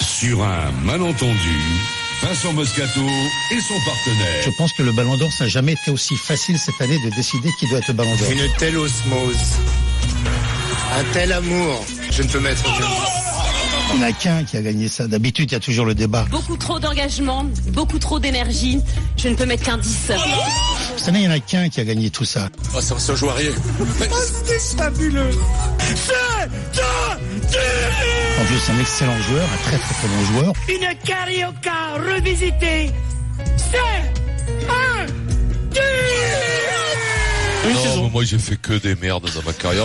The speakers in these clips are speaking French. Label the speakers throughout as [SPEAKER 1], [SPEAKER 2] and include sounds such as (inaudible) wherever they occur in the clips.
[SPEAKER 1] Sur un malentendu, Vincent Moscato et son partenaire.
[SPEAKER 2] Je pense que le ballon d'or, ça n'a jamais été aussi facile cette année de décider qui doit être le ballon d'or.
[SPEAKER 3] Une telle osmose, un tel amour, je ne peux mettre aucun.
[SPEAKER 2] Il n'y en a qu'un qui a gagné ça. D'habitude, il y a toujours le débat.
[SPEAKER 4] Beaucoup trop d'engagement, beaucoup trop d'énergie. Je ne peux mettre qu'un 10.
[SPEAKER 2] Cette année, il n'y en a qu'un qui a gagné tout ça.
[SPEAKER 5] Oh, ça, ça joue à rien.
[SPEAKER 6] C'est fabuleux.
[SPEAKER 2] En plus, c'est un excellent joueur, un très très très bon joueur.
[SPEAKER 6] Une carioca revisitée. C'est un
[SPEAKER 7] Non, Oh, mais moi j'ai fait que des merdes dans ma carrière.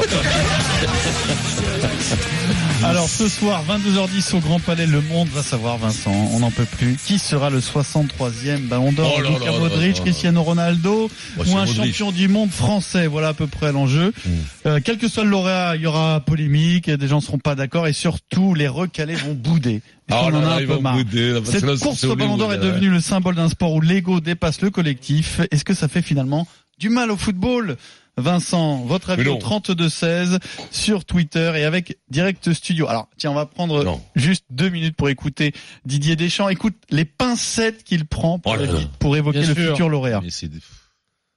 [SPEAKER 8] Alors ce soir, 22h10 au Grand Palais, le monde va savoir, Vincent, on n'en peut plus. Qui sera le 63e Ballon d'Or
[SPEAKER 7] Oh là
[SPEAKER 8] Luka
[SPEAKER 7] là là là là
[SPEAKER 8] Modric,
[SPEAKER 7] là.
[SPEAKER 8] Cristiano Ronaldo
[SPEAKER 7] Moi, c'est
[SPEAKER 8] ou un
[SPEAKER 7] Modric. Mm.
[SPEAKER 8] champion du monde français Voilà à peu près l'enjeu. Euh, quel que soit le lauréat, il y aura polémique, des gens seront pas d'accord et surtout les recalés vont bouder. Et
[SPEAKER 7] Ah
[SPEAKER 8] on
[SPEAKER 7] là
[SPEAKER 8] en
[SPEAKER 7] là,
[SPEAKER 8] a un
[SPEAKER 7] ils
[SPEAKER 8] peu
[SPEAKER 7] vont
[SPEAKER 8] marre.
[SPEAKER 7] bouder, là, parce
[SPEAKER 8] Cette
[SPEAKER 7] que là,
[SPEAKER 8] course
[SPEAKER 7] c'est
[SPEAKER 8] au Ballon d'Or est
[SPEAKER 7] Hollywood, là,
[SPEAKER 8] devenue le symbole d'un sport où l'ego dépasse le collectif. Est-ce que ça fait finalement du mal au football Vincent, votre avis
[SPEAKER 7] Mais non.
[SPEAKER 8] au 32-16 sur Twitter et avec Direct Studio. Alors, tiens, on va prendre
[SPEAKER 7] Non.
[SPEAKER 8] juste deux minutes pour écouter Didier Deschamps. Écoute les pincettes qu'il prend pour,
[SPEAKER 7] Oh là là.
[SPEAKER 8] pour évoquer
[SPEAKER 7] Bien
[SPEAKER 8] le
[SPEAKER 7] sûr.
[SPEAKER 8] futur lauréat.
[SPEAKER 7] Mais c'est-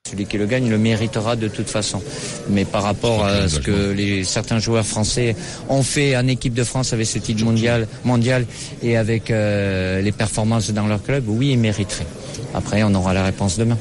[SPEAKER 9] Celui qui le gagne le méritera de toute façon. Mais par rapport à ce que les, certains joueurs français ont fait en équipe de France avec ce titre mondial, mondial et avec euh, les performances dans leur club, oui, ils mériteraient. Après, on aura la réponse demain.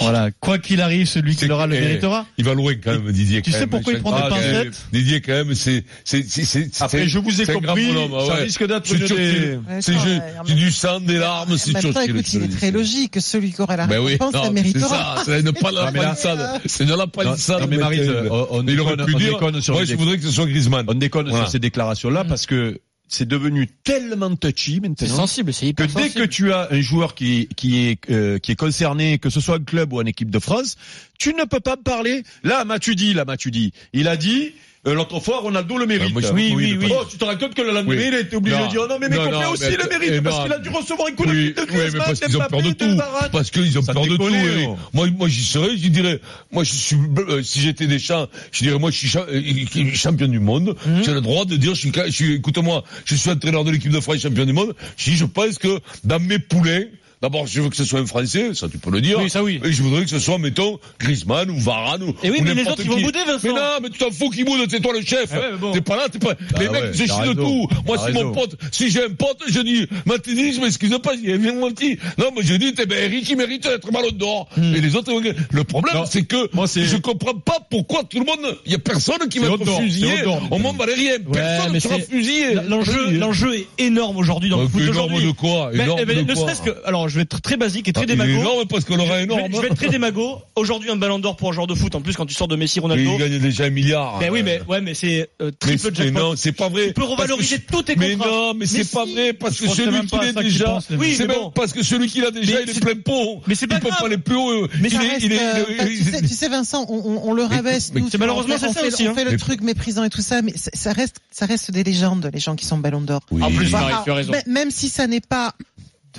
[SPEAKER 8] Voilà, quoi qu'il arrive, celui qui
[SPEAKER 7] C'est-
[SPEAKER 8] l'aura le
[SPEAKER 7] eh,
[SPEAKER 8] méritera.
[SPEAKER 7] Il va loin quand même, Didier.
[SPEAKER 8] Tu
[SPEAKER 7] quand
[SPEAKER 8] sais
[SPEAKER 7] même.
[SPEAKER 8] pourquoi il prend des
[SPEAKER 7] Ah, quand même,
[SPEAKER 8] pincettes
[SPEAKER 7] Didier quand même, c'est c'est c'est c'est.
[SPEAKER 5] Après,
[SPEAKER 7] c'est-
[SPEAKER 5] je vous ai
[SPEAKER 7] c'est un grand
[SPEAKER 5] compris,
[SPEAKER 7] bonhomme, ah
[SPEAKER 5] ça
[SPEAKER 7] ouais.
[SPEAKER 5] risque d'être
[SPEAKER 7] C'est
[SPEAKER 5] une
[SPEAKER 7] Churchill.
[SPEAKER 10] des- Ouais,
[SPEAKER 7] C'est
[SPEAKER 10] ça,
[SPEAKER 7] ju-
[SPEAKER 10] ouais,
[SPEAKER 7] c'est du sang, des larmes,
[SPEAKER 10] En
[SPEAKER 7] c'est
[SPEAKER 10] même temps,
[SPEAKER 7] Churchill.
[SPEAKER 10] écoute, il est très logique que celui qui aurait la
[SPEAKER 7] Ben oui,
[SPEAKER 10] réponse
[SPEAKER 7] non,
[SPEAKER 10] la
[SPEAKER 7] c'est
[SPEAKER 10] méritera.
[SPEAKER 7] ça, c'est de pas la
[SPEAKER 5] mais là- euh,
[SPEAKER 7] palissade. C'est de la palissade.
[SPEAKER 5] Non, mais Marie,
[SPEAKER 7] terrible.
[SPEAKER 5] on- on
[SPEAKER 7] Mais il aurait
[SPEAKER 5] déconne-
[SPEAKER 7] pu
[SPEAKER 5] on
[SPEAKER 7] dire,
[SPEAKER 5] déconne sur
[SPEAKER 7] moi
[SPEAKER 5] les
[SPEAKER 7] je
[SPEAKER 5] déc-
[SPEAKER 7] voudrais que ce soit Griezmann.
[SPEAKER 5] On déconne
[SPEAKER 7] Voilà.
[SPEAKER 5] sur ces déclarations-là parce que c'est devenu tellement touchy maintenant
[SPEAKER 11] sensible, c'est
[SPEAKER 5] que
[SPEAKER 11] hyper
[SPEAKER 5] dès que
[SPEAKER 11] sensible.
[SPEAKER 5] tu as un joueur qui, qui, est, euh, qui est concerné, que ce soit un club ou en équipe de France, tu ne peux pas me parler. Là, Matuidi, là, Matuidi, il a dit... euh, L'autre fois, Ronaldo le mérite.
[SPEAKER 7] Ouais, Bah, moi, je trouve que oui, le
[SPEAKER 5] Oh, tu te rends compte que le lendemain,
[SPEAKER 7] Oui.
[SPEAKER 5] il a été obligé
[SPEAKER 7] Non.
[SPEAKER 5] de dire non, mais mes
[SPEAKER 7] Non,
[SPEAKER 5] copains
[SPEAKER 7] non,
[SPEAKER 5] aussi
[SPEAKER 7] mais-
[SPEAKER 5] le
[SPEAKER 7] eh
[SPEAKER 5] méritent parce
[SPEAKER 7] non.
[SPEAKER 5] qu'il a dû recevoir un coup de
[SPEAKER 7] Oui,
[SPEAKER 5] pied de
[SPEAKER 7] oui, mais parce qu'ils ont peur de
[SPEAKER 5] Griezmann,
[SPEAKER 7] tout.
[SPEAKER 5] Varane.
[SPEAKER 7] Parce qu'ils ont
[SPEAKER 5] Ça hein.
[SPEAKER 7] peur de tout.
[SPEAKER 5] déconne,
[SPEAKER 7] Eric.
[SPEAKER 5] non.
[SPEAKER 7] Moi, moi j'y serais, je dirais, moi, je suis, euh, si j'étais des champs, je dirais, moi, je suis cha- euh, euh, champion du monde.
[SPEAKER 5] Mhm.
[SPEAKER 7] J'ai le droit de dire, je suis, ca- je suis écoute-moi, je suis entraîneur de l'équipe de France, champion du monde. Je dis, je pense que dans mes poulains, D'abord, je veux que ce soit un Français, ça tu peux le dire.
[SPEAKER 11] Oui, ça, oui.
[SPEAKER 7] Et je voudrais que ce soit, mettons, Griezmann ou Varane ou.
[SPEAKER 11] Eh oui,
[SPEAKER 7] ou
[SPEAKER 11] mais les
[SPEAKER 7] n'importe
[SPEAKER 11] autres, ils vont
[SPEAKER 7] qui.
[SPEAKER 11] bouder, Vincent.
[SPEAKER 7] Mais non, mais tu t'en fous qui boude, c'est toi le chef.
[SPEAKER 5] Eh ouais, mais bon.
[SPEAKER 7] T'es pas là, t'es pas.
[SPEAKER 11] Bah
[SPEAKER 7] les
[SPEAKER 5] ouais,
[SPEAKER 7] mecs, c'est
[SPEAKER 5] t'as
[SPEAKER 7] de
[SPEAKER 5] raison,
[SPEAKER 7] tout. Moi,
[SPEAKER 5] t'as
[SPEAKER 7] si mon
[SPEAKER 5] raison.
[SPEAKER 7] pote, si j'ai un pote, je dis, Matédi, je m'excuse pas, je dis, viens mon petit. Non, mais je dis, t'es ben Eric, il mérite d'être ballon d'or.
[SPEAKER 11] Hmm.
[SPEAKER 7] Et les autres, le problème,
[SPEAKER 5] Non,
[SPEAKER 7] c'est que,
[SPEAKER 5] moi, c'est-
[SPEAKER 7] je comprends pas pourquoi tout le monde, il y a personne qui
[SPEAKER 5] C'est
[SPEAKER 7] va
[SPEAKER 5] Odor,
[SPEAKER 7] être
[SPEAKER 5] c'est
[SPEAKER 7] fusillé.
[SPEAKER 5] Odor.
[SPEAKER 7] On m'en valait rien. Personne ne
[SPEAKER 11] mais
[SPEAKER 7] sera
[SPEAKER 11] c'est-
[SPEAKER 7] fusillé.
[SPEAKER 11] L'enjeu,
[SPEAKER 7] Oui.
[SPEAKER 11] l'enjeu est énorme aujourd'hui dans le
[SPEAKER 7] Donc,
[SPEAKER 11] foot
[SPEAKER 7] énorme de
[SPEAKER 11] aujourd'hui.
[SPEAKER 7] quoi?
[SPEAKER 11] Ben,
[SPEAKER 7] Énorme
[SPEAKER 11] eh ben,
[SPEAKER 7] de
[SPEAKER 11] ne
[SPEAKER 7] quoi?
[SPEAKER 11] serait-ce que, alors je vais être très- très basique
[SPEAKER 7] Ah,
[SPEAKER 11] et très
[SPEAKER 7] il est
[SPEAKER 11] démago.
[SPEAKER 7] énorme parce qu'on l'aura
[SPEAKER 11] Je vais,
[SPEAKER 7] énorme. hein.
[SPEAKER 11] je vais être très démago. Aujourd'hui, un ballon d'or pour un joueur de foot. En plus, quand tu sors de Messi,
[SPEAKER 7] Et
[SPEAKER 11] Ronaldo.
[SPEAKER 7] Il gagne déjà un milliard.
[SPEAKER 11] Ben oui, mais ouais, mais c'est euh,
[SPEAKER 7] Mais
[SPEAKER 11] triple
[SPEAKER 7] mais
[SPEAKER 11] jackpot.
[SPEAKER 7] non, c'est pas vrai.
[SPEAKER 11] Tu peux revaloriser
[SPEAKER 7] Parce que-
[SPEAKER 11] tous tes
[SPEAKER 7] Mais
[SPEAKER 11] contrats.
[SPEAKER 7] non, mais
[SPEAKER 11] Mais
[SPEAKER 7] c'est pas
[SPEAKER 11] si.
[SPEAKER 7] vrai parce que
[SPEAKER 8] Je pense
[SPEAKER 7] celui
[SPEAKER 8] même
[SPEAKER 7] qui
[SPEAKER 8] pas à
[SPEAKER 7] l'a
[SPEAKER 8] ça qu'ils
[SPEAKER 7] déjà.
[SPEAKER 8] pensent, les
[SPEAKER 11] mecs.
[SPEAKER 7] c'est
[SPEAKER 11] Mais
[SPEAKER 7] même
[SPEAKER 11] bon.
[SPEAKER 7] parce que celui qui l'a déjà,
[SPEAKER 11] Mais
[SPEAKER 7] il est
[SPEAKER 11] c'est-
[SPEAKER 7] plein pot.
[SPEAKER 11] mais c'est pas
[SPEAKER 7] il peut
[SPEAKER 11] grave.
[SPEAKER 7] pas les plus hauts.
[SPEAKER 11] Mais
[SPEAKER 7] il
[SPEAKER 11] ça
[SPEAKER 7] est,
[SPEAKER 10] reste,
[SPEAKER 7] il est,
[SPEAKER 10] euh, bah, tu,
[SPEAKER 7] il est-
[SPEAKER 10] sais, tu sais, Vincent, on, on- on le rabaisse.
[SPEAKER 7] mais-
[SPEAKER 10] nous,
[SPEAKER 7] mais
[SPEAKER 10] tu vois,
[SPEAKER 11] malheureusement,
[SPEAKER 10] on fait-
[SPEAKER 11] c'est
[SPEAKER 10] on
[SPEAKER 11] ça
[SPEAKER 10] fait-
[SPEAKER 11] aussi,
[SPEAKER 10] On fait
[SPEAKER 7] hein.
[SPEAKER 10] le truc méprisant et tout ça, mais ça- ça reste, ça reste des légendes, les gens qui sont ballon d'or.
[SPEAKER 11] En
[SPEAKER 5] Ah,
[SPEAKER 11] plus,
[SPEAKER 10] Voilà.
[SPEAKER 11] Marie, tu as raison.
[SPEAKER 10] M- Même si ça n'est pas